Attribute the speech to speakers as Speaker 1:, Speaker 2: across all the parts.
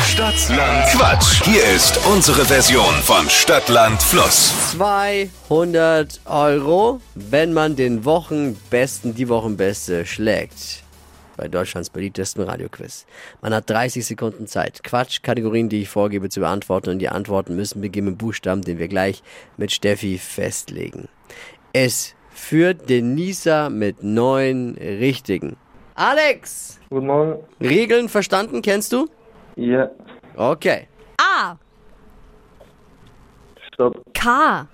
Speaker 1: Stadtland Quatsch. Hier ist unsere Version von Stadtland Fluss.
Speaker 2: 200 Euro, wenn man den Wochenbesten, die Wochenbeste schlägt. Bei Deutschlands beliebtesten Radioquiz. Man hat 30 Sekunden Zeit, Quatschkategorien, die ich vorgebe, zu beantworten. Und die Antworten müssen beginnen mit Buchstaben, den wir gleich mit Steffi festlegen. Es führt Denisa mit neun Richtigen. Alex!
Speaker 3: Guten Morgen.
Speaker 2: Regeln verstanden, kennst du?
Speaker 3: Ja.
Speaker 2: Okay.
Speaker 4: A.
Speaker 3: Stopp.
Speaker 4: K.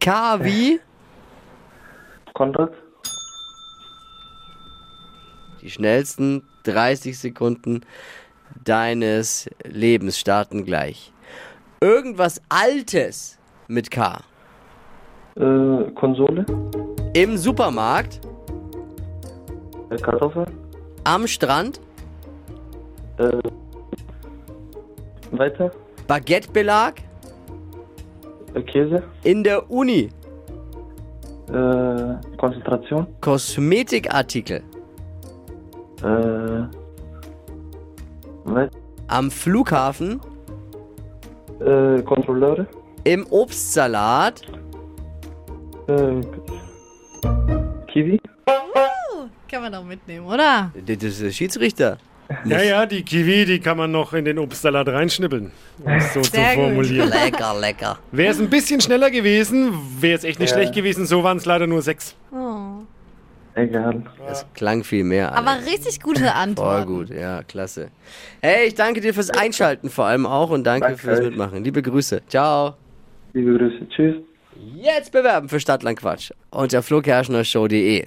Speaker 2: K wie?
Speaker 3: Kontakt.
Speaker 2: Die schnellsten 30 Sekunden deines Lebens starten gleich. Irgendwas Altes mit K.
Speaker 3: Äh, Konsole.
Speaker 2: Im Supermarkt,
Speaker 3: Äh, Kartoffel.
Speaker 2: am Strand,
Speaker 3: Äh, weiter.
Speaker 2: Baguettebelag,
Speaker 3: Äh, Käse.
Speaker 2: in der Uni,
Speaker 3: Äh, Konzentration.
Speaker 2: Kosmetikartikel,
Speaker 3: Äh, weiter.
Speaker 2: am Flughafen,
Speaker 3: Äh, Kontrolleure.
Speaker 2: im Obstsalat,
Speaker 3: Äh, Kiwi.
Speaker 4: Kann man doch mitnehmen, oder?
Speaker 2: das ist der Schiedsrichter.
Speaker 5: Ja, ja, die Kiwi, die kann man noch in den Obstsalat reinschnippeln, um es so zu
Speaker 4: Sehr gut.
Speaker 5: formulieren.
Speaker 2: Lecker, lecker.
Speaker 5: Wäre es ein bisschen schneller gewesen, wäre es echt nicht
Speaker 3: Ja.
Speaker 5: schlecht gewesen, so waren es leider nur sechs.
Speaker 4: Oh.
Speaker 3: Egal.
Speaker 2: Das klang viel mehr. Alex.
Speaker 4: Aber richtig gute
Speaker 2: Voll
Speaker 4: Antwort.
Speaker 2: gut, ja, klasse. Hey, ich danke dir fürs Einschalten vor allem auch und danke
Speaker 3: Danke
Speaker 2: fürs
Speaker 3: euch.
Speaker 2: Mitmachen. Liebe Grüße. Ciao.
Speaker 3: Liebe Grüße. Tschüss.
Speaker 2: Jetzt bewerben für Stadtlandquatsch unter flokerschnershow.de.